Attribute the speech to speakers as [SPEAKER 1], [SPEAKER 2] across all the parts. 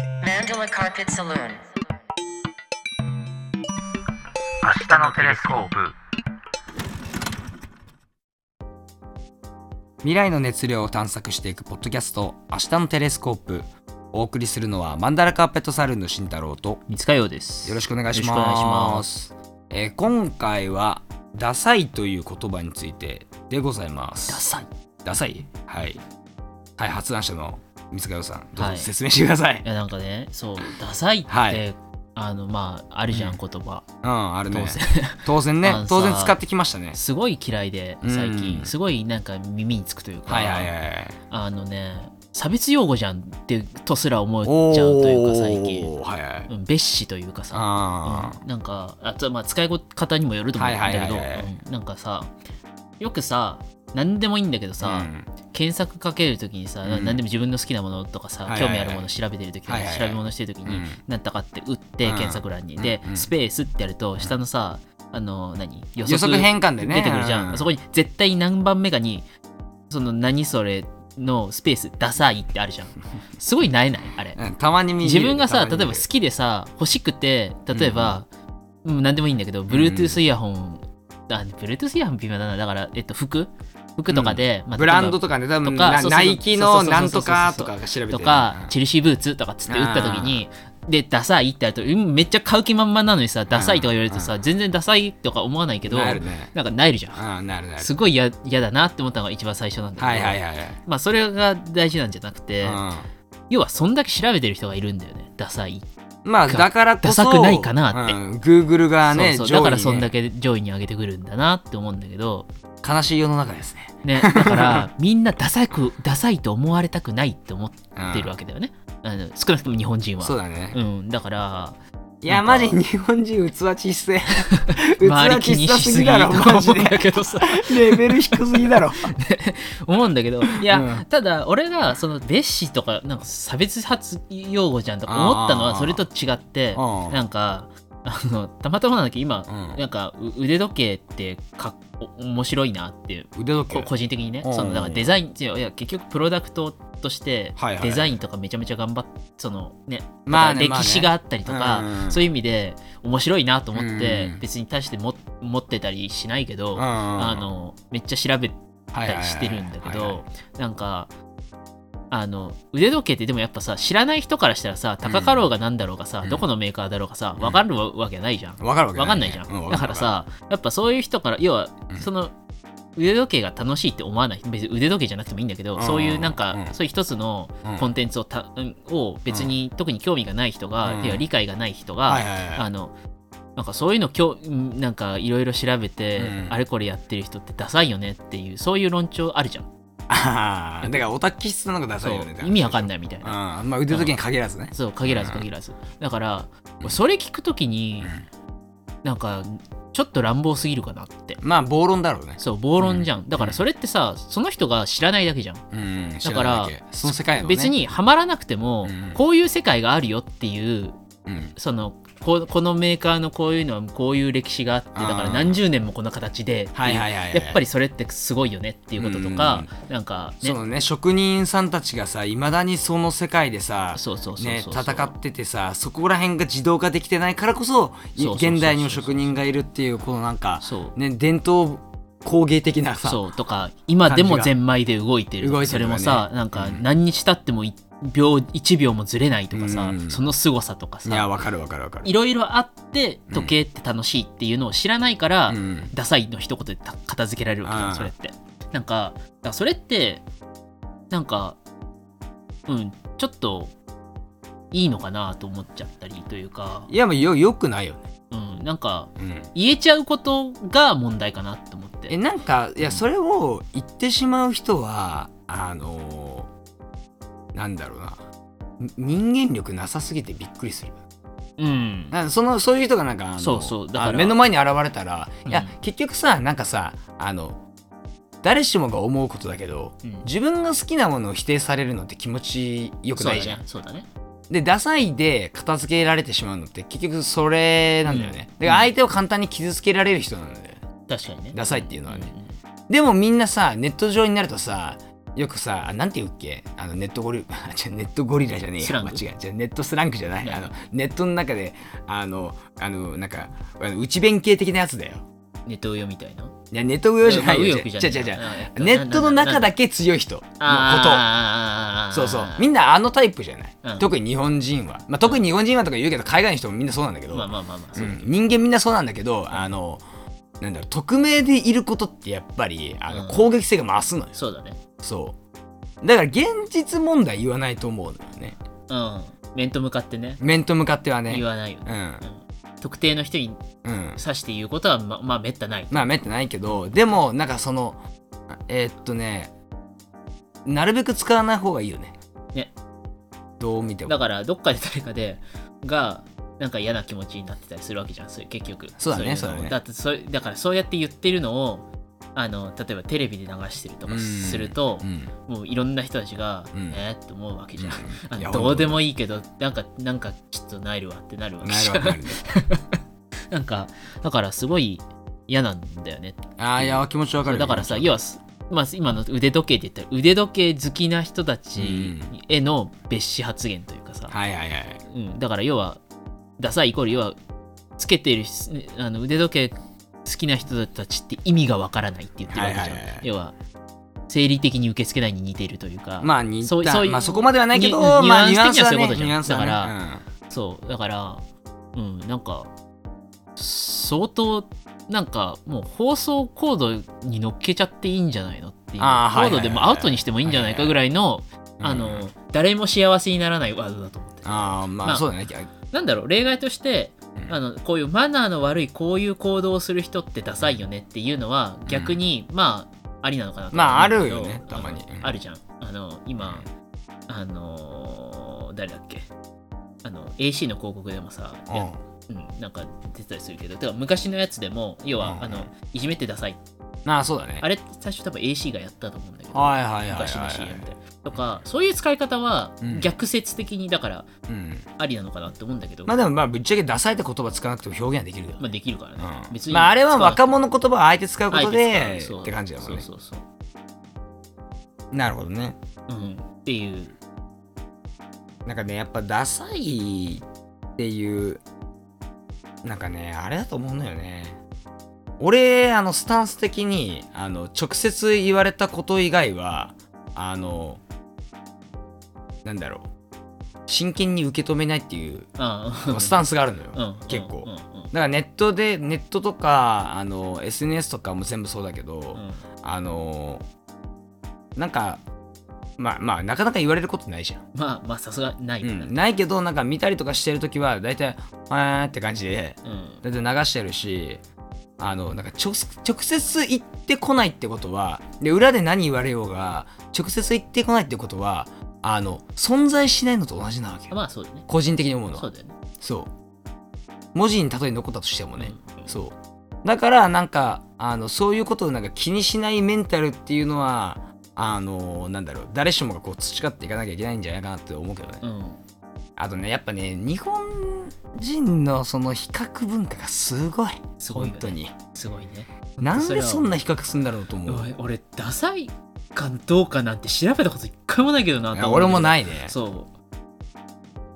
[SPEAKER 1] Solar Carpet Saloon.
[SPEAKER 2] 明日のテレスコープ
[SPEAKER 3] 未来の熱量を探索していくポッドキャスト「明日のテレスコープ」お送りするのはマンダラカーペットサルーンの慎太郎と
[SPEAKER 4] 三塚洋です。
[SPEAKER 3] よろしくお願いし
[SPEAKER 4] よろくお願いし
[SPEAKER 3] ま
[SPEAKER 4] ます
[SPEAKER 3] すえー今回は「ダサい」という言葉についてでございます
[SPEAKER 4] ダサい。
[SPEAKER 3] ダサいはい開発案者の三塚洋さんどう
[SPEAKER 4] は
[SPEAKER 3] ぞ
[SPEAKER 4] い
[SPEAKER 3] 説明してください、
[SPEAKER 4] いやなんかね、そう、ダサいって、
[SPEAKER 3] はい
[SPEAKER 4] あの、まあ、あるじゃん、言葉。
[SPEAKER 3] うんある
[SPEAKER 4] 当
[SPEAKER 3] ね
[SPEAKER 4] 然。
[SPEAKER 3] 当然
[SPEAKER 4] あの
[SPEAKER 3] ね
[SPEAKER 4] さ
[SPEAKER 3] 当然使ってきましたね
[SPEAKER 4] すごい嫌いで、最近、
[SPEAKER 3] うん
[SPEAKER 4] すごいなんか耳につくというか、
[SPEAKER 3] はいはいはい
[SPEAKER 4] あのね、差別用語じゃんって、とすら思っ
[SPEAKER 3] おー
[SPEAKER 4] ちゃうというか、最近。
[SPEAKER 3] はいはい
[SPEAKER 4] うん蔑視というかさ、
[SPEAKER 3] あ
[SPEAKER 4] うんなんか、あとまあ使い方にもよると思うんだけど、
[SPEAKER 3] はいはいはいはい
[SPEAKER 4] うんなんかさ、よくさ、何でもいいんだけど
[SPEAKER 3] ー
[SPEAKER 4] さ、
[SPEAKER 3] うん
[SPEAKER 4] 検索かけるときにさ、
[SPEAKER 3] うん
[SPEAKER 4] な何でも自分の好きなものとかさ、
[SPEAKER 3] はいはいは
[SPEAKER 4] 興
[SPEAKER 3] い
[SPEAKER 4] 味あるもの調べてるとき、
[SPEAKER 3] はいはいはい
[SPEAKER 4] 調べ物してるときに、
[SPEAKER 3] うん
[SPEAKER 4] なんとかって打って、
[SPEAKER 3] うん
[SPEAKER 4] 検索欄に。で、
[SPEAKER 3] うん
[SPEAKER 4] スペースってやると、下のさ、あの、何予
[SPEAKER 3] 予測変換でね
[SPEAKER 4] 出てくるじゃん。
[SPEAKER 3] うん
[SPEAKER 4] そこに絶対何番目かに、その何それのスペース、ダサいってある じゃん。すごいなえないあれ。
[SPEAKER 3] うんたまに見る
[SPEAKER 4] 自分がさ、
[SPEAKER 3] たま
[SPEAKER 4] 例
[SPEAKER 3] に
[SPEAKER 4] えば
[SPEAKER 3] 見
[SPEAKER 4] 好
[SPEAKER 3] る
[SPEAKER 4] きでさ、欲しくて、例えば、うん、何でもいいんだけど、Bluetooth イヤホン、あ、Bluetooth イヤホン微妙だな。だから、えっと、服服とかで、まあ
[SPEAKER 3] ブランド
[SPEAKER 4] 例えば
[SPEAKER 3] とかね、多分
[SPEAKER 4] とか
[SPEAKER 3] な
[SPEAKER 4] そうそう
[SPEAKER 3] ナイキのなんとか
[SPEAKER 4] そ
[SPEAKER 3] と
[SPEAKER 4] うそう
[SPEAKER 3] かが調べて
[SPEAKER 4] と
[SPEAKER 3] る
[SPEAKER 4] か、チェルシーブーツとかっつって打った時に、で、ダサいってやると、うんめっちゃ買う気満々なのにさ、ダサいとか言われると
[SPEAKER 3] う
[SPEAKER 4] さ、全然ダサいとか思わないけど、
[SPEAKER 3] な
[SPEAKER 4] な
[SPEAKER 3] る
[SPEAKER 4] ん
[SPEAKER 3] ね。
[SPEAKER 4] かなえるじゃん。
[SPEAKER 3] うん、なるなる。
[SPEAKER 4] すごい嫌嫌だなって思ったのが一番最初なんだけど、
[SPEAKER 3] はいはいはいはい。
[SPEAKER 4] まあそれが大事なんじゃなくて、要はそんだけ調べてる人がいるんだよね、ダサい。
[SPEAKER 3] うんまあ、だからこそ、
[SPEAKER 4] ダサくないかなって
[SPEAKER 3] うん、Google がね、
[SPEAKER 4] そうそ
[SPEAKER 3] 上位
[SPEAKER 4] うだ
[SPEAKER 3] に
[SPEAKER 4] からそんだ
[SPEAKER 3] ね、
[SPEAKER 4] け上位に上げてくるんだなって思うんだけど、
[SPEAKER 3] 悲しい世の中ですね。
[SPEAKER 4] ね、だから みんなダサく、ダサいと思われたくないって思ってるわけだよね。あの少なくとも日本人は。
[SPEAKER 3] そうだね。
[SPEAKER 4] うん、だから、
[SPEAKER 3] いや、マジ日本人器小せえ。器
[SPEAKER 4] 周り気に
[SPEAKER 3] 小さ
[SPEAKER 4] し
[SPEAKER 3] す
[SPEAKER 4] す
[SPEAKER 3] ぎ
[SPEAKER 4] ぎ
[SPEAKER 3] だ
[SPEAKER 4] と
[SPEAKER 3] ろ、
[SPEAKER 4] か
[SPEAKER 3] マジ
[SPEAKER 4] 思うんだ
[SPEAKER 3] で。
[SPEAKER 4] けどさ
[SPEAKER 3] レベル低すぎ だろ。
[SPEAKER 4] 思うんだけどいや、
[SPEAKER 3] うん
[SPEAKER 4] ただ俺がその蔑視とかなんか差別発用語じゃんとか思ったの
[SPEAKER 3] あ
[SPEAKER 4] は
[SPEAKER 3] ー
[SPEAKER 4] それと違って
[SPEAKER 3] うん
[SPEAKER 4] なんかあのたまたまなんだけど今、
[SPEAKER 3] うん
[SPEAKER 4] なんかう腕時計ってかっお面白いなっていう
[SPEAKER 3] 腕時
[SPEAKER 4] こ個人的にね、
[SPEAKER 3] うん
[SPEAKER 4] そのだからデザインいやいや結局プロダクトとして
[SPEAKER 3] はいはい
[SPEAKER 4] デザインとかめちゃめちゃ頑張ってそのね,、
[SPEAKER 3] まあね
[SPEAKER 4] 歴史があったりとか、
[SPEAKER 3] まあねうん
[SPEAKER 4] そういう意味で面白いなと思って、
[SPEAKER 3] うん
[SPEAKER 4] 別に対しても持ってたりしないけど、あ
[SPEAKER 3] あ、
[SPEAKER 4] のめっちゃ調べ
[SPEAKER 3] は
[SPEAKER 4] た
[SPEAKER 3] いはいは
[SPEAKER 4] り
[SPEAKER 3] い
[SPEAKER 4] してるんだけ
[SPEAKER 3] はいはい
[SPEAKER 4] どなんかあの腕時計ってでもやっぱさ知らない人からしたらさ高かろうがなんだろうがさ、
[SPEAKER 3] うん
[SPEAKER 4] どこのメーカーだろうがさ
[SPEAKER 3] うん
[SPEAKER 4] 分かるわけないじゃん、
[SPEAKER 3] わかるわけ
[SPEAKER 4] 分かんないじゃん、
[SPEAKER 3] う
[SPEAKER 4] だから、さやっぱそういう人から要は
[SPEAKER 3] うん
[SPEAKER 4] その、腕時計が楽しいって思わない別に腕時計じゃなくてもいいんだけど、
[SPEAKER 3] うん
[SPEAKER 4] そういうなんか、
[SPEAKER 3] うん
[SPEAKER 4] そういう一つの
[SPEAKER 3] うん
[SPEAKER 4] コンテンツをた、を別に特に興味がない人が、
[SPEAKER 3] うん
[SPEAKER 4] 要は理解がない人が、
[SPEAKER 3] わかるわかるはいはいはい
[SPEAKER 4] あのなんかそういうのきょんなんかいろいろ調べて、
[SPEAKER 3] うん
[SPEAKER 4] あれこれやってる人ってダサいよねっていうそういう論調あるじゃん
[SPEAKER 3] あー。だからオタク気質なのがダサいよね。
[SPEAKER 4] そう意味わかん
[SPEAKER 3] い。
[SPEAKER 4] ないみたいな、
[SPEAKER 3] うん、まあ腕時計に限らずね。
[SPEAKER 4] そう限らず
[SPEAKER 3] うん
[SPEAKER 4] 限らず、だから
[SPEAKER 3] うん
[SPEAKER 4] それ聞くときに
[SPEAKER 3] うん
[SPEAKER 4] なんかちょっと乱暴すぎるかなって
[SPEAKER 3] まあ暴論だろうね。
[SPEAKER 4] そう暴論じゃん、だからそれってさその人が知らないだけじゃん
[SPEAKER 3] うん、知
[SPEAKER 4] だから
[SPEAKER 3] らないだけその世界の、ね、
[SPEAKER 4] 別、にハマらなくても、
[SPEAKER 3] うん
[SPEAKER 4] こういう世界があるよっていう
[SPEAKER 3] うん、
[SPEAKER 4] そのここのメーカーのこういうのはこういう歴史があってだから何十年もこの形でっていう
[SPEAKER 3] はいはいはいはい
[SPEAKER 4] やっぱりそれってすごいよねっていうこととか、なんかね
[SPEAKER 3] そのね職人さんたちがさいまだにその世界でさ
[SPEAKER 4] そうそうそうそう
[SPEAKER 3] ね、
[SPEAKER 4] そう
[SPEAKER 3] 戦っててさそこら辺が自動化できてないからこそい
[SPEAKER 4] そうそうそう
[SPEAKER 3] 現代にも職人がいるっていうこのなんか、
[SPEAKER 4] そう
[SPEAKER 3] ね、伝統工芸的なさ
[SPEAKER 4] そうとか今でもゼンマイで動いてる
[SPEAKER 3] 動いてるよね
[SPEAKER 4] それもさなんか
[SPEAKER 3] うん
[SPEAKER 4] 何日経ってもい秒1秒もずれないとかさ、
[SPEAKER 3] うん
[SPEAKER 4] その凄さとか
[SPEAKER 3] いや
[SPEAKER 4] さ
[SPEAKER 3] わかるわかるわかる
[SPEAKER 4] いろいろあって時計って楽しいっていうのを知らないから、
[SPEAKER 3] うん
[SPEAKER 4] ダサいの一言でた片付けられるわけじゃ
[SPEAKER 3] うんん
[SPEAKER 4] それってなんかだからそれってなんかうんちょっといいのかなと思っちゃったりというか、
[SPEAKER 3] いやもうよよくないよね、
[SPEAKER 4] うん、なんか
[SPEAKER 3] うん、
[SPEAKER 4] 言えちゃうことが問題かなと思っ
[SPEAKER 3] え
[SPEAKER 4] て
[SPEAKER 3] なんかいやそれを言ってしまう人はあのーなんだろうな人間力なさすぎてびっくりする
[SPEAKER 4] うん
[SPEAKER 3] なんかそのそういう人がなんかあの
[SPEAKER 4] そうそうだから
[SPEAKER 3] あの目の前に現れたら、
[SPEAKER 4] うん
[SPEAKER 3] いや結局さなんかさあの誰しもが思うことだけど、
[SPEAKER 4] うん
[SPEAKER 3] 自分が好きなものを否定されるのって気持ちよくないじゃん。
[SPEAKER 4] そうだね
[SPEAKER 3] でダサいで片付けられてしまうのって結局それなんだよね。
[SPEAKER 4] うん
[SPEAKER 3] だから相手を簡単に傷つけられる人なんだよね。
[SPEAKER 4] そうだね確かにね
[SPEAKER 3] ダサいっていうのはね
[SPEAKER 4] んん
[SPEAKER 3] でもみんなさネット上になるとさよくさ、あなんて言うっけあのネットゴリ ラ、じゃネットゴリラじゃねえ
[SPEAKER 4] ス
[SPEAKER 3] や、
[SPEAKER 4] ラン
[SPEAKER 3] 間
[SPEAKER 4] グ
[SPEAKER 3] 違え、じゃネットスラングじゃない、あのネットの中で、あの、あのなんか、あの内弁慶的なやつだよ。
[SPEAKER 4] ネットウヨみたいな。
[SPEAKER 3] いや、ネット上じゃないよ。
[SPEAKER 4] 右
[SPEAKER 3] 違う
[SPEAKER 4] 翼じゃ
[SPEAKER 3] 違う違。
[SPEAKER 4] ないうあえっと
[SPEAKER 3] ネットの中だけ強い人のこと。
[SPEAKER 4] と
[SPEAKER 3] そうそう。みんなあのタイプじゃない。
[SPEAKER 4] うん
[SPEAKER 3] 特に日本人は。まあ、特に日本人はとか言うけど、海外の人もみんなそうなんだけど、
[SPEAKER 4] まあまあまあまあ、
[SPEAKER 3] う、
[SPEAKER 4] そうん
[SPEAKER 3] 人間みんなそうなんだけど、あの、なんだろう、匿名でいることってやっぱり、あの
[SPEAKER 4] うん
[SPEAKER 3] 攻撃性が増すのよ。
[SPEAKER 4] そうだね。
[SPEAKER 3] そう。だから現実問題言わないと思うのよね。
[SPEAKER 4] うん。面と向かってね、
[SPEAKER 3] 面と向かってはね
[SPEAKER 4] 言。わないよね。
[SPEAKER 3] うん
[SPEAKER 4] う。ん特定の人に
[SPEAKER 3] うん。
[SPEAKER 4] 指して言うことはままあめったない。
[SPEAKER 3] まあ、めってないけど、でも、なんかその、えーっとね、なるべく使わない方がいいよね。
[SPEAKER 4] ね。
[SPEAKER 3] どう見ても。
[SPEAKER 4] だからどっかで誰かでがなんか嫌な気持ちになってたりするわけじゃんそれ結局
[SPEAKER 3] そうだね
[SPEAKER 4] いの
[SPEAKER 3] そうだね
[SPEAKER 4] ってそれだからそうやって言ってるのをあの例えばテレビで流してると
[SPEAKER 3] う
[SPEAKER 4] か
[SPEAKER 3] ん
[SPEAKER 4] すると
[SPEAKER 3] う、ん。
[SPEAKER 4] もういろんな人たちが、
[SPEAKER 3] うん
[SPEAKER 4] えーって思うわけじゃん、
[SPEAKER 3] いや
[SPEAKER 4] あのどうで
[SPEAKER 3] 本
[SPEAKER 4] もいいけどなんかなんかちょっとナイルはってなるわ
[SPEAKER 3] 当
[SPEAKER 4] け
[SPEAKER 3] な
[SPEAKER 4] じ
[SPEAKER 3] る
[SPEAKER 4] ゃ
[SPEAKER 3] わけなんるね
[SPEAKER 4] なんかだからすごい嫌なんだよね
[SPEAKER 3] ああ、いや、気持ちわかるよ。
[SPEAKER 4] だからさ
[SPEAKER 3] 気持ち
[SPEAKER 4] 要はす、まあ、今の腕時計で言ったら腕時計好きな人たちへの別視発言というかさ、
[SPEAKER 3] わかるはいはいはい。
[SPEAKER 4] うん、だから要はダサいイコール要はつけてるしあの腕時計好きな人たちって意味がわからないって言ってるわけじゃん、
[SPEAKER 3] はいはいはいはい
[SPEAKER 4] 要は生理的に受け付けないに似てるというか、
[SPEAKER 3] まあ、似
[SPEAKER 4] そう
[SPEAKER 3] た
[SPEAKER 4] そういう
[SPEAKER 3] まあ、そこまではないけど、
[SPEAKER 4] ニュ
[SPEAKER 3] まあ、ニュアンスは
[SPEAKER 4] ニュアンス的にはそういうこと
[SPEAKER 3] ね、
[SPEAKER 4] じ
[SPEAKER 3] ニ
[SPEAKER 4] ゃん
[SPEAKER 3] ュアンスはね
[SPEAKER 4] だかそうだからうんなんか相当なんかもう放送コードに乗っけちゃっていいんじゃないのっていうコ
[SPEAKER 3] あーはいはい
[SPEAKER 4] ー
[SPEAKER 3] はい
[SPEAKER 4] ドでもアウトにしてもいいんじゃないかぐらいの
[SPEAKER 3] うん
[SPEAKER 4] あの誰も幸せにならないワードだと思ってて
[SPEAKER 3] ああ、ま
[SPEAKER 4] ま
[SPEAKER 3] あ、
[SPEAKER 4] あ
[SPEAKER 3] そうだね。
[SPEAKER 4] なんだろう例外として
[SPEAKER 3] うん
[SPEAKER 4] あのこういうマナーの悪いこういう行動をする人ってダサいよねっていうのは逆に、まあありなのかなと
[SPEAKER 3] まあ
[SPEAKER 4] 思うんだけど
[SPEAKER 3] あるよねたまに
[SPEAKER 4] あのあるじゃんあの今あのー誰だっけあの AC の広告でもさ、
[SPEAKER 3] う
[SPEAKER 4] や
[SPEAKER 3] ん。
[SPEAKER 4] うん、なんか出てたりするけどてか昔のやつでも要は、
[SPEAKER 3] うん
[SPEAKER 4] あのいじめってダサい
[SPEAKER 3] まあ、そうだね。
[SPEAKER 4] あれ最初多分 AC がやったと思うんだけど、
[SPEAKER 3] はいはいはいはい。
[SPEAKER 4] 昔の CM でとかそういう使い方は
[SPEAKER 3] うん
[SPEAKER 4] 逆説的にだから
[SPEAKER 3] うん。
[SPEAKER 4] ありなのかなって思うんだけど、
[SPEAKER 3] まあ、でも、まあ、ぶっちゃけダサいって言葉使わなくても表現はできるよ。
[SPEAKER 4] まあできるからね、
[SPEAKER 3] うん
[SPEAKER 4] 別に
[SPEAKER 3] まあ、あれは
[SPEAKER 4] 使わ
[SPEAKER 3] 若者言葉をあえて使うこ
[SPEAKER 4] あえ
[SPEAKER 3] と
[SPEAKER 4] て
[SPEAKER 3] で
[SPEAKER 4] 使うそう
[SPEAKER 3] って感じだもんね。
[SPEAKER 4] そうそう
[SPEAKER 3] なるほどね。
[SPEAKER 4] そう、うん、っていう
[SPEAKER 3] なんかね、やっぱダサいっていう、なんかね、あれだと思うのよね。俺、あの、スタンス的に、あの、直接言われたこと以外は、あの、なんだろう、真剣に受け止めないっていう
[SPEAKER 4] あ
[SPEAKER 3] スタンスがあるのよ。
[SPEAKER 4] うんうん
[SPEAKER 3] 結構
[SPEAKER 4] うんうん
[SPEAKER 3] だからネットで、ネットとか、あの、SNS とかも全部そうだけど、
[SPEAKER 4] うん
[SPEAKER 3] あのーなんかまあまあなかなか言われることないじゃん、
[SPEAKER 4] まあまあさすがないよ
[SPEAKER 3] う
[SPEAKER 4] ね
[SPEAKER 3] ん、ないけどなんか見たりとかしてる時は大体「あー」って感じで
[SPEAKER 4] うん
[SPEAKER 3] 大体流してるしあのなんか直直接言ってこないってことはで裏で何言われようが直接言ってこないってことはあの存在しないのと同じなわけよ
[SPEAKER 4] まあそうだね
[SPEAKER 3] 個人的に思うのは
[SPEAKER 4] そうだよね
[SPEAKER 3] そう文字に例え残ったとしてもね、
[SPEAKER 4] うん
[SPEAKER 3] そうだからなんかあのそういうことをなんか気にしないメンタルっていうのはあのなんだろう誰しもがこう培っていかなきゃいけないんじゃないかなって思うけどね、
[SPEAKER 4] うん
[SPEAKER 3] あとねやっぱね日本人のその比較文化がすごい
[SPEAKER 4] すごいよ
[SPEAKER 3] 本
[SPEAKER 4] ね
[SPEAKER 3] 当に
[SPEAKER 4] すごいね
[SPEAKER 3] なんでそん
[SPEAKER 4] な
[SPEAKER 3] な比較するんだろうと思う
[SPEAKER 4] 俺俺ダサいかどうかなんて調べたこと一回もないけどない
[SPEAKER 3] や俺も
[SPEAKER 4] い
[SPEAKER 3] ないね
[SPEAKER 4] そう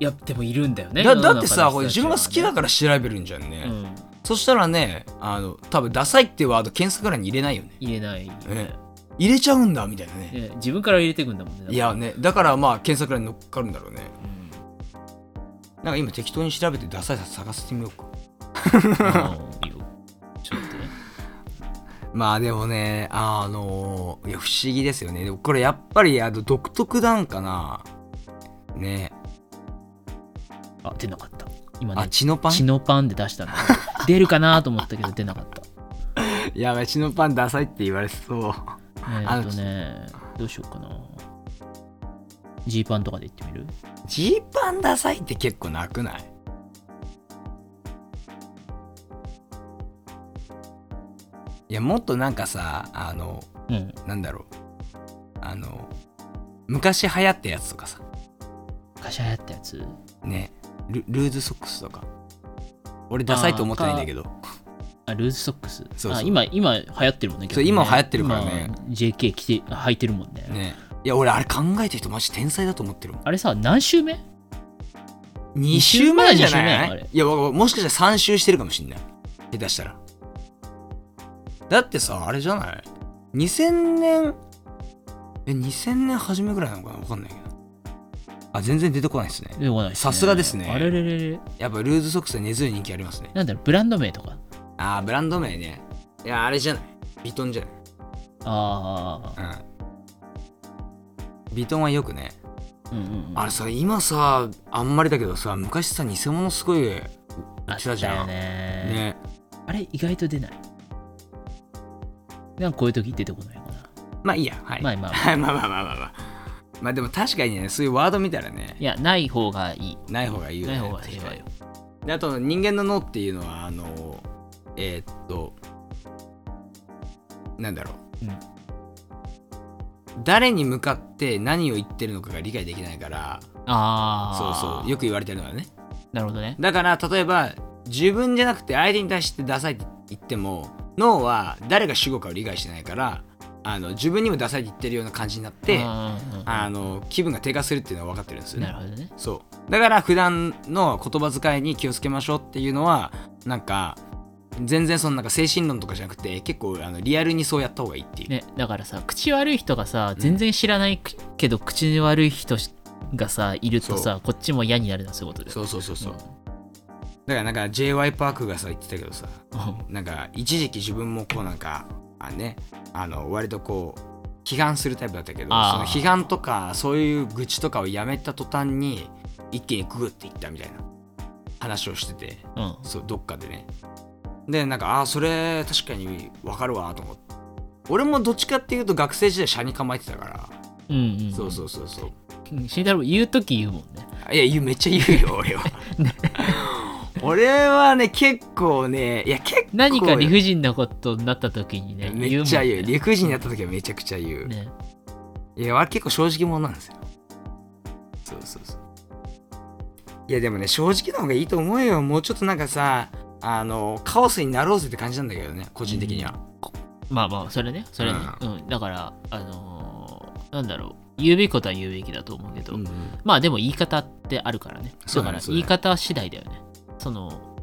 [SPEAKER 4] いやでもいるんだよね
[SPEAKER 3] だだってさこれ
[SPEAKER 4] れ
[SPEAKER 3] 自分が好きだから調べるんじゃんね、
[SPEAKER 4] うん
[SPEAKER 3] そしたらねあの多分ダサいっていうワード検索欄に入れないよね
[SPEAKER 4] 入れないよね
[SPEAKER 3] 入れちゃうんだみたいなね
[SPEAKER 4] ね自分から入れてくんだもんね
[SPEAKER 3] いやねだからまあ検索欄に乗っかるんだろうね
[SPEAKER 4] うん
[SPEAKER 3] なんか今適当に調べてダサいさ探してみようか
[SPEAKER 4] あのいいよちょっとね
[SPEAKER 3] まあでもねあのいや不思議ですよねでもこれやっぱりあの独特なんかなね
[SPEAKER 4] あ出なかった今
[SPEAKER 3] あ
[SPEAKER 4] ね
[SPEAKER 3] 血のパン
[SPEAKER 4] 血のパンで 出したの出るかなと思ったけど出なかった
[SPEAKER 3] やばい血のパンダサいって言われそう
[SPEAKER 4] えーっとねどうしようかなジーパンとかで言ってみる
[SPEAKER 3] ジーパンダサいって結構なくないいやもっとなんかさあの
[SPEAKER 4] うん
[SPEAKER 3] なんだろうあの昔流行ったやつとかさ
[SPEAKER 4] カシャやったやつ
[SPEAKER 3] ねルルーズソックスとか俺ダサいと思ってないんだけど
[SPEAKER 4] あルーズソックス
[SPEAKER 3] そうそう
[SPEAKER 4] あ今今流行ってるもんね
[SPEAKER 3] そう今流行ってるからね
[SPEAKER 4] 今 JK 着て履いてるもんね
[SPEAKER 3] ねいや俺あれ考えた人マジ天才だと思ってるもん
[SPEAKER 4] あれさ何週目
[SPEAKER 3] 2週前じゃ
[SPEAKER 4] 二週
[SPEAKER 3] な
[SPEAKER 4] 前あ
[SPEAKER 3] い
[SPEAKER 4] れ
[SPEAKER 3] いやわもしかしたら3週してるかもしんない下手したらだってさあれじゃない2000年え2000年初めぐらいなのかなわかんないけどあ全然出てこないですね
[SPEAKER 4] 出てこないっ
[SPEAKER 3] さすがですね
[SPEAKER 4] あれれれれ
[SPEAKER 3] やっぱルーズソックスは根強い人気ありますね
[SPEAKER 4] なんだろうブランド名とか
[SPEAKER 3] あーブランド名ねいやあれじゃないビトンじゃ
[SPEAKER 4] ああ
[SPEAKER 3] ないうんビトンはよくね
[SPEAKER 4] うんうんうん
[SPEAKER 3] あれさ今さあんまりだけどさ昔さ偽物すごいね
[SPEAKER 4] あ
[SPEAKER 3] うちだじゃん
[SPEAKER 4] ったよねあれ意外と出ないなんかこういう時出てこないかな
[SPEAKER 3] まあいいやはい、
[SPEAKER 4] まあまあ
[SPEAKER 3] はい まあまあまあまあまあまあでも確かにねそういうワード見たらね
[SPEAKER 4] いやない方がいい
[SPEAKER 3] ない方がいいよ
[SPEAKER 4] な
[SPEAKER 3] ね
[SPEAKER 4] い方がいいわよ
[SPEAKER 3] であと人間の脳っていうのはあのえーっとなんだろう、
[SPEAKER 4] うん
[SPEAKER 3] 誰に向かって何を言ってるのかが理解できないからそう
[SPEAKER 4] ああ
[SPEAKER 3] そうよく言われてるのはね
[SPEAKER 4] なるほどね
[SPEAKER 3] だから例えば自分じゃなくて相手に対してダサいって言っても脳は誰が主語かを理解してないからあの自分にもダサいって言ってるような感じになってあ
[SPEAKER 4] うんうんうん
[SPEAKER 3] の気分が低下するっていうのは分かってるんですよ
[SPEAKER 4] なる
[SPEAKER 3] ね
[SPEAKER 4] ほどね
[SPEAKER 3] そうだから普段の言葉遣いに気をつけましょうっていうのはなんか全然そのなんか精神論とかじゃなくて結構あのリアルにそうやった方がいいっていう、
[SPEAKER 4] ねだからさ口悪い人がさ全然知らないくけど口悪い人しがさいるとさこっちも嫌になるなそういうことで
[SPEAKER 3] そうそうそうそうだからなんか j y パークがさ言ってたけどさ
[SPEAKER 4] うん
[SPEAKER 3] なんか一時期自分もこうなんかあねあの割とこう批判するタイプだったけど
[SPEAKER 4] あー
[SPEAKER 3] その批判とかそういう愚痴とかをやめた途端に一気にググっていったみたいな話をしてて
[SPEAKER 4] うん
[SPEAKER 3] そうどっかでねでなんかああそれ確かに分かるわと思って俺もどっちかっていうと学生時代社に構えてたから、
[SPEAKER 4] うんうん
[SPEAKER 3] そうそうそうそう
[SPEAKER 4] うん慎太郎言う時言うもんね
[SPEAKER 3] いや言うめっちゃ言う よ俺は俺はね結構ねいや結構
[SPEAKER 4] 何か
[SPEAKER 3] よ
[SPEAKER 4] 理不尽なことになった時にね
[SPEAKER 3] めっちゃ言う
[SPEAKER 4] 言
[SPEAKER 3] 理不尽になった時はめちゃくちゃ言う、
[SPEAKER 4] うもんねね
[SPEAKER 3] いや俺結構正直者なんですよそうそうそういやでもね正直な方がいいと思うよもうちょっとなんかさあのカオスになろうぜって感じなんだけどね個人的には、
[SPEAKER 4] まあまあそれねそれねうん、だからあのーなんだろう言うべきことは言うべきだと思うけど、まあでも言い方ってあるからね
[SPEAKER 3] そ
[SPEAKER 4] だ
[SPEAKER 3] うだ
[SPEAKER 4] か
[SPEAKER 3] ね
[SPEAKER 4] ら
[SPEAKER 3] そうだね
[SPEAKER 4] 言い方次第だよねその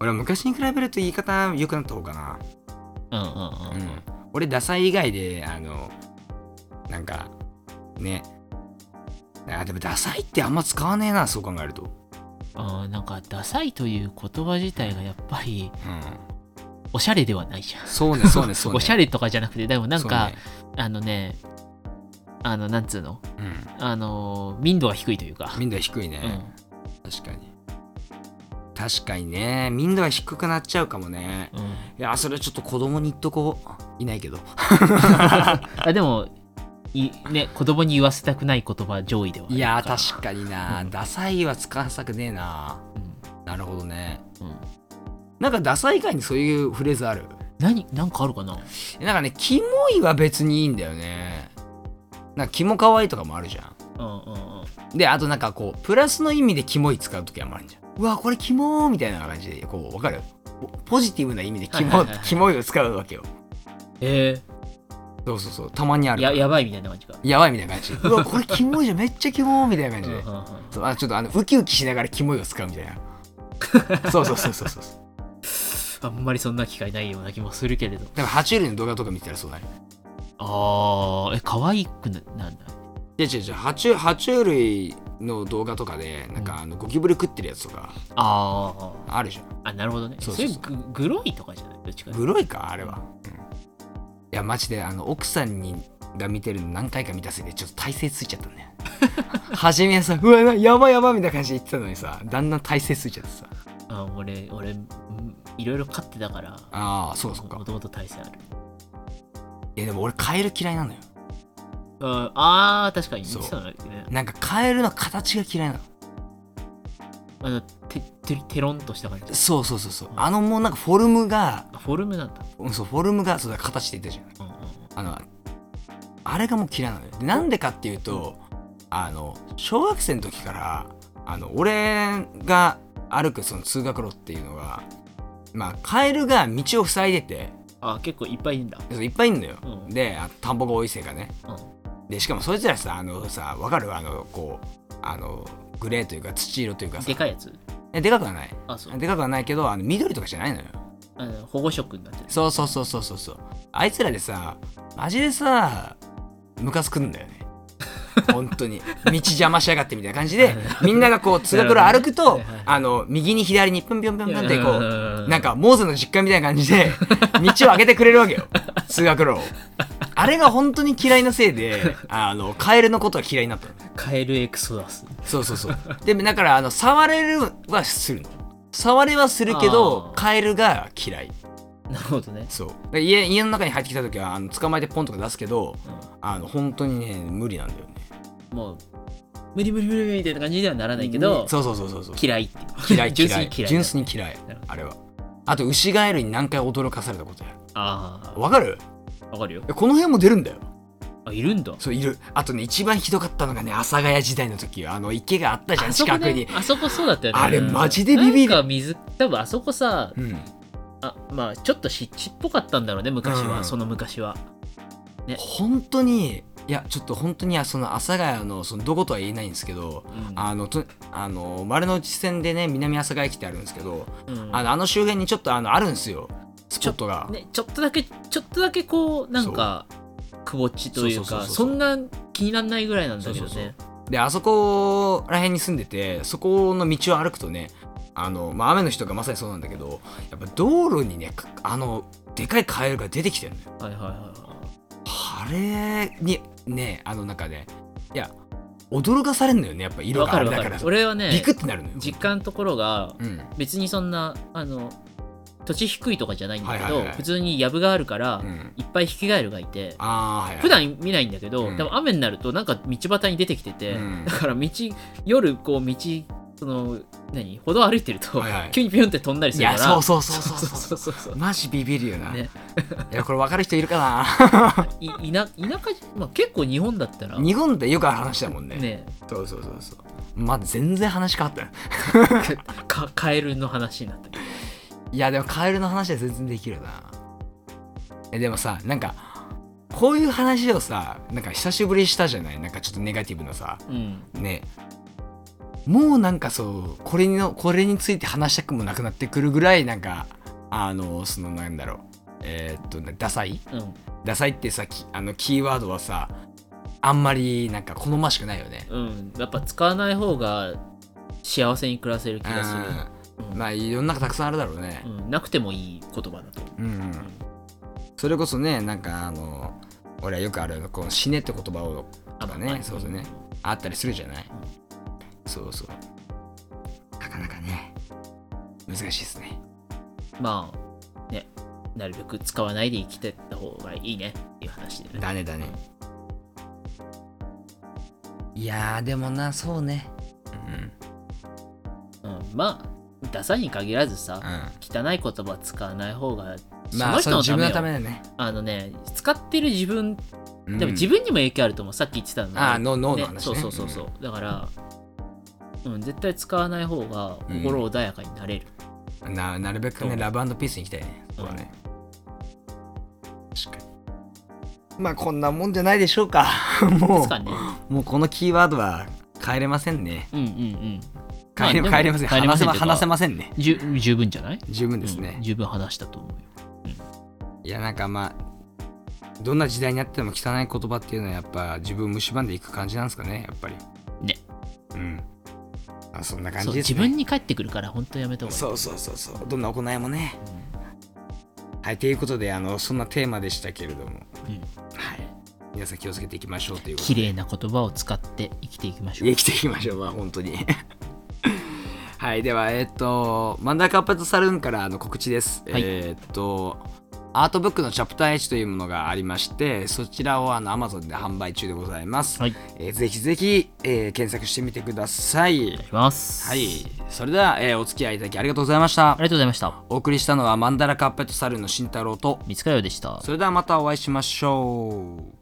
[SPEAKER 3] 俺は昔に比べると言い方良くなった方かな
[SPEAKER 4] うんうん
[SPEAKER 3] う
[SPEAKER 4] うんん、うん、
[SPEAKER 3] 俺ダサい以外であのなんかねあでもダサいってあんま使わねえなそう考えると、
[SPEAKER 4] あーなんかダサいという言葉自体がやっぱり
[SPEAKER 3] うん、
[SPEAKER 4] おしゃれではないじゃん
[SPEAKER 3] そうねそうねそうね
[SPEAKER 4] おしゃれとかじゃなくてでもなんか、
[SPEAKER 3] そ
[SPEAKER 4] あのねあのなんつうの
[SPEAKER 3] うね
[SPEAKER 4] あのー民度が低いというか
[SPEAKER 3] うん、民度は低いね、
[SPEAKER 4] うん
[SPEAKER 3] 確かに確かにね民度は低くなっちゃうかもね
[SPEAKER 4] うん
[SPEAKER 3] いやそれはちょっと子供に言っとこういないけど
[SPEAKER 4] あでもいね子供に言わせたく ない言葉上位ではある
[SPEAKER 3] い や
[SPEAKER 4] ら
[SPEAKER 3] 確かにな、
[SPEAKER 4] うん
[SPEAKER 3] ダサいは使わせたくねえな
[SPEAKER 4] うん
[SPEAKER 3] なるほどね
[SPEAKER 4] うん
[SPEAKER 3] なんかダサい以外にそういうフレーズある
[SPEAKER 4] 何なんかあるかな
[SPEAKER 3] なんかねキモいは別にいいんだよねなんかキモ可愛いとかもあるじゃ
[SPEAKER 4] うんうんうん
[SPEAKER 3] んであとなんかこうプラスの意味でキモい使う時はもあるじゃんうわこれキモーみたいな感じでこうわかるポポジティブな意味でキモ,、
[SPEAKER 4] はいはいはいはい
[SPEAKER 3] キモいを使うわけよ
[SPEAKER 4] え
[SPEAKER 3] そうそうそうたまにあ
[SPEAKER 4] ー、
[SPEAKER 3] る
[SPEAKER 4] ややばいみたいな感じか
[SPEAKER 3] やばいみたいな感じ。 うわ、これキモいじゃん、めっちゃキモいみたいな感じ
[SPEAKER 4] うんう
[SPEAKER 3] で
[SPEAKER 4] ん。うん
[SPEAKER 3] そうあちょっとあのウキウキしながらキモいを使うみたいな。そうそうそうそうそう。
[SPEAKER 4] あんまりそんな機会ないような気もするけれど
[SPEAKER 3] でも、爬虫類の動画とか見てたらそうだね。
[SPEAKER 4] あーえ可愛くななんだ
[SPEAKER 3] いや違う違う、爬虫爬虫類の動画とかで、なん
[SPEAKER 4] う
[SPEAKER 3] かあのゴキブリ食ってるやつとか
[SPEAKER 4] あー
[SPEAKER 3] あるじゃん。
[SPEAKER 4] あなるほどね
[SPEAKER 3] そうそうそう
[SPEAKER 4] れググロいとかじゃないどっちか
[SPEAKER 3] グロいか、あれは。うんいや、マジで、あの奥さんにが見てるの何回か見たせいで、ちょっと体勢ついちゃったんだよ。初めはさ、うわ、なやばいやばいみたいな感じで言ってたのにさ、だんだん体勢ついちゃってさ。
[SPEAKER 4] あ俺俺うんいろいろ飼ってたから
[SPEAKER 3] ああ、そうそうか
[SPEAKER 4] も。ともと体勢ある
[SPEAKER 3] いや、でも俺、カエル嫌いなのよ。
[SPEAKER 4] ああー確かに
[SPEAKER 3] そう
[SPEAKER 4] 言ってたんだけどね
[SPEAKER 3] なんかカエルの形が嫌いなの
[SPEAKER 4] あのてててろんとした感じ
[SPEAKER 3] そうそうそうそうあのもうなんかフォルムが
[SPEAKER 4] あフォルムなんだ
[SPEAKER 3] うんそうフォルムがそうだ形って言ったじ
[SPEAKER 4] うんうんうん
[SPEAKER 3] ゃんあのあれがもう嫌いなのよでなんでかっていうとあの小学生の時からあの俺が歩くその通学路っていうのがまあカエルが道を塞いでて
[SPEAKER 4] あ結構いっぱいいるんだ
[SPEAKER 3] そういっぱいいるのよ、
[SPEAKER 4] うん
[SPEAKER 3] であ田んぼが多いせいかね
[SPEAKER 4] うん
[SPEAKER 3] でしかもそいつらさあのさわかるあのこうあのグレーというか土色というかさ
[SPEAKER 4] でかいやつ
[SPEAKER 3] えでかくはない
[SPEAKER 4] あそう
[SPEAKER 3] でかくはないけどあの緑とかじゃないのよ
[SPEAKER 4] あの保護色になってる
[SPEAKER 3] そうそうそうそうそうそうあいつらでさマジでさムカつくんだよ ね本当に道邪魔しやがってみたいな感じでみんながこう通学路
[SPEAKER 4] なる
[SPEAKER 3] 歩
[SPEAKER 4] ほど
[SPEAKER 3] くと、
[SPEAKER 4] はいはい
[SPEAKER 3] あの右に左にプンピョンピョンピョンってこう
[SPEAKER 4] う
[SPEAKER 3] なんかモーゼの実家みたいな感じで 道を開けてくれるわけよ通学路をあれが本当に嫌いなせい であのカエルのことは嫌いになったの
[SPEAKER 4] カエルエクソダス
[SPEAKER 3] そうそうそうでだからあの触れるはするの触れはするけど
[SPEAKER 4] あー
[SPEAKER 3] カエルが嫌い
[SPEAKER 4] なるほどね、
[SPEAKER 3] そうで家家の中に入ってきた時はあの捕まえてポンとか出すけど
[SPEAKER 4] う
[SPEAKER 3] あの本当にね無理なんだよね
[SPEAKER 4] んもう無理無理無理みたいな感じにはならないけど、
[SPEAKER 3] そうそうそうそうそう
[SPEAKER 4] 嫌いっていう
[SPEAKER 3] 嫌い
[SPEAKER 4] 純
[SPEAKER 3] 嫌
[SPEAKER 4] 粋
[SPEAKER 3] い
[SPEAKER 4] に嫌い
[SPEAKER 3] 純粋に嫌い
[SPEAKER 4] なるほ
[SPEAKER 3] あれはあとウシガエルに何回驚かされたことや
[SPEAKER 4] あ
[SPEAKER 3] わかる
[SPEAKER 4] あわかるよ
[SPEAKER 3] この辺も出るんだよ
[SPEAKER 4] あいるんだ
[SPEAKER 3] そういるあとね一番ひどかったのがね阿佐ヶ谷時代の時あの池があったじゃん
[SPEAKER 4] あそこ
[SPEAKER 3] 近く
[SPEAKER 4] ね
[SPEAKER 3] に、
[SPEAKER 4] あそこそうだったよね
[SPEAKER 3] あれマジでビビる
[SPEAKER 4] なんか水多分あそこさ
[SPEAKER 3] うん
[SPEAKER 4] あまあちょっと湿地っぽかったんだろうね昔は、
[SPEAKER 3] うん
[SPEAKER 4] その昔は
[SPEAKER 3] 本当にいやちょっと本当にその阿佐ヶ谷のそのどことは言えないんですけど
[SPEAKER 4] うん
[SPEAKER 3] あのとあの丸の内線でね南阿佐ヶ谷駅ってあるんですけど
[SPEAKER 4] うん
[SPEAKER 3] あのあの周辺にちょっとあのあるんですよスポットが、
[SPEAKER 4] ね、ちょっとだけちょっとだけこうなんかくぼっちという
[SPEAKER 3] そう
[SPEAKER 4] か
[SPEAKER 3] そうそうそう
[SPEAKER 4] そんな気にならないぐらいなんだけど
[SPEAKER 3] そうそう
[SPEAKER 4] ね
[SPEAKER 3] であそこら辺に住んでてそこの道を歩くとねあの、まあ、雨の日とかまさにそうなんだけどやっぱ道路にねかあのでかいカエルが出てきてるのよ
[SPEAKER 4] はいはいは
[SPEAKER 3] あれにねあの中でいや驚かされるのよねやっぱ
[SPEAKER 4] い
[SPEAKER 3] 色
[SPEAKER 4] わ
[SPEAKER 3] が
[SPEAKER 4] か
[SPEAKER 3] あ
[SPEAKER 4] る
[SPEAKER 3] れ
[SPEAKER 4] わ
[SPEAKER 3] だ
[SPEAKER 4] か
[SPEAKER 3] か
[SPEAKER 4] る
[SPEAKER 3] ら
[SPEAKER 4] 俺はね
[SPEAKER 3] ビクってなるのよ
[SPEAKER 4] 実家のところが
[SPEAKER 3] うん
[SPEAKER 4] 別にそんなあの土地低いとかじゃないんだけ
[SPEAKER 3] はいはい
[SPEAKER 4] ど
[SPEAKER 3] はい
[SPEAKER 4] 普通に藪があるから、
[SPEAKER 3] うん
[SPEAKER 4] いっぱいヒキガエルがいて
[SPEAKER 3] ああはいはい
[SPEAKER 4] 普段見ないんだけど、
[SPEAKER 3] うん
[SPEAKER 4] でも雨になるとなんか道端に出てきてて、
[SPEAKER 3] うん
[SPEAKER 4] だから道夜こう道その何歩道歩いてると、
[SPEAKER 3] はいはい
[SPEAKER 4] 急にピュンって飛んだりす
[SPEAKER 3] い
[SPEAKER 4] るか
[SPEAKER 3] や
[SPEAKER 4] ら
[SPEAKER 3] そうそうそうそうそう
[SPEAKER 4] そうそうそう
[SPEAKER 3] マジビビるよな、
[SPEAKER 4] ね
[SPEAKER 3] いやこれ分かる人いる か
[SPEAKER 4] いいな田舎、まあ、結構日本だったら
[SPEAKER 3] な日本でよくある話だもんね
[SPEAKER 4] ね
[SPEAKER 3] そうそうそうそうまあ全然話変わったよ
[SPEAKER 4] かカエルの話になってる
[SPEAKER 3] いやでもカエルの話は全然できるなえでもさなんかこういう話をさなんか久しぶりにしたじゃないなんかちょっとネガティブなさ
[SPEAKER 4] うん
[SPEAKER 3] ねもうなんかそうこれのこれについて話したくもなくなってくるぐらいなんかあのそのなんだろうえーっとねダサい
[SPEAKER 4] うん
[SPEAKER 3] ダサいってさきあのキーワードはさあんまりなんか好ましくないよね
[SPEAKER 4] うんやっぱ使わない方が幸せに暮らせる気がする、
[SPEAKER 3] うんまあ世の中たくさんあるだろうね
[SPEAKER 4] うん、なくてもいい言葉だと
[SPEAKER 3] うん、それこそねなんかあの俺はよくあるのこう死ねって言葉を
[SPEAKER 4] あ
[SPEAKER 3] だね
[SPEAKER 4] まあ
[SPEAKER 3] そうだねあったりするじゃない、そうそうなかなかね難しいですね
[SPEAKER 4] まあねなるべく使わないで生きてった方がいいねっていう話でね
[SPEAKER 3] だねだねいやーでもなそうね
[SPEAKER 4] うん、まあダサいに限らずさ
[SPEAKER 3] うん、うん
[SPEAKER 4] 汚い言葉使わない方が
[SPEAKER 3] まあそ
[SPEAKER 4] そ
[SPEAKER 3] の
[SPEAKER 4] の
[SPEAKER 3] 自
[SPEAKER 4] 人
[SPEAKER 3] 分
[SPEAKER 4] の
[SPEAKER 3] のた
[SPEAKER 4] た
[SPEAKER 3] め
[SPEAKER 4] めよ
[SPEAKER 3] だね、
[SPEAKER 4] あのね使ってる自分
[SPEAKER 3] うん
[SPEAKER 4] でも自分にも影響あると思うさっき言ってたの
[SPEAKER 3] ああ脳の
[SPEAKER 4] ね
[SPEAKER 3] 話ね
[SPEAKER 4] そうそうそうそうだからうん絶対使わない方が
[SPEAKER 3] うん
[SPEAKER 4] 心穏やかになれる
[SPEAKER 3] ななるべく
[SPEAKER 4] そ
[SPEAKER 3] ね
[SPEAKER 4] う
[SPEAKER 3] ラブピースに行きたいねそこはね、確かにまあこんなもんじゃないでしょう か
[SPEAKER 4] で
[SPEAKER 3] も
[SPEAKER 4] すかね
[SPEAKER 3] うもうこのキーワードは変えれませんね
[SPEAKER 4] うんうんうんま
[SPEAKER 3] 変
[SPEAKER 4] あ
[SPEAKER 3] えれ,、
[SPEAKER 4] でも
[SPEAKER 3] 変えれません
[SPEAKER 4] 変えれま
[SPEAKER 3] 話せま
[SPEAKER 4] せんっていうか
[SPEAKER 3] 話せませんね
[SPEAKER 4] じゅ十分じゃない
[SPEAKER 3] 十分です
[SPEAKER 4] うん
[SPEAKER 3] ね、
[SPEAKER 4] 十分話したと思うよ
[SPEAKER 3] いやなんかまあどんな時代になっても汚い言葉っていうのはやっぱ自分を蝕んでいく感じなんですかねやっぱり
[SPEAKER 4] ね
[SPEAKER 3] うんあそんな感
[SPEAKER 4] そう
[SPEAKER 3] じです、
[SPEAKER 4] 自
[SPEAKER 3] ね、
[SPEAKER 4] 分に返ってくるから本当やめた方がいい
[SPEAKER 3] そうそうそうそうどんな行いもねはいということであのそんなテーマでしたけれども
[SPEAKER 4] うんう
[SPEAKER 3] は
[SPEAKER 4] ん
[SPEAKER 3] い皆さん気をつけていきましょうということで
[SPEAKER 4] 綺麗な言葉を使って生きていきましょう
[SPEAKER 3] 生きていきましょう、まあ、本当に。 はい、では、えっ、と、マンダーカーペットサルーンからあの告知です。
[SPEAKER 4] はい
[SPEAKER 3] えっ、と、アートブックのチャプター H というものがありまして、そちらをあの Amazon で販売中でございます。
[SPEAKER 4] はい
[SPEAKER 3] えーぜひぜひ、えー検索してみてください。
[SPEAKER 4] いきます
[SPEAKER 3] はい、それでは、えーお付き合いいただきありがとうございました
[SPEAKER 4] あり。がとうございました
[SPEAKER 3] お送りしたのはマンダラカーペットサルーンの慎太郎と、
[SPEAKER 4] 三塚洋でした
[SPEAKER 3] それではまたお会いしましょう。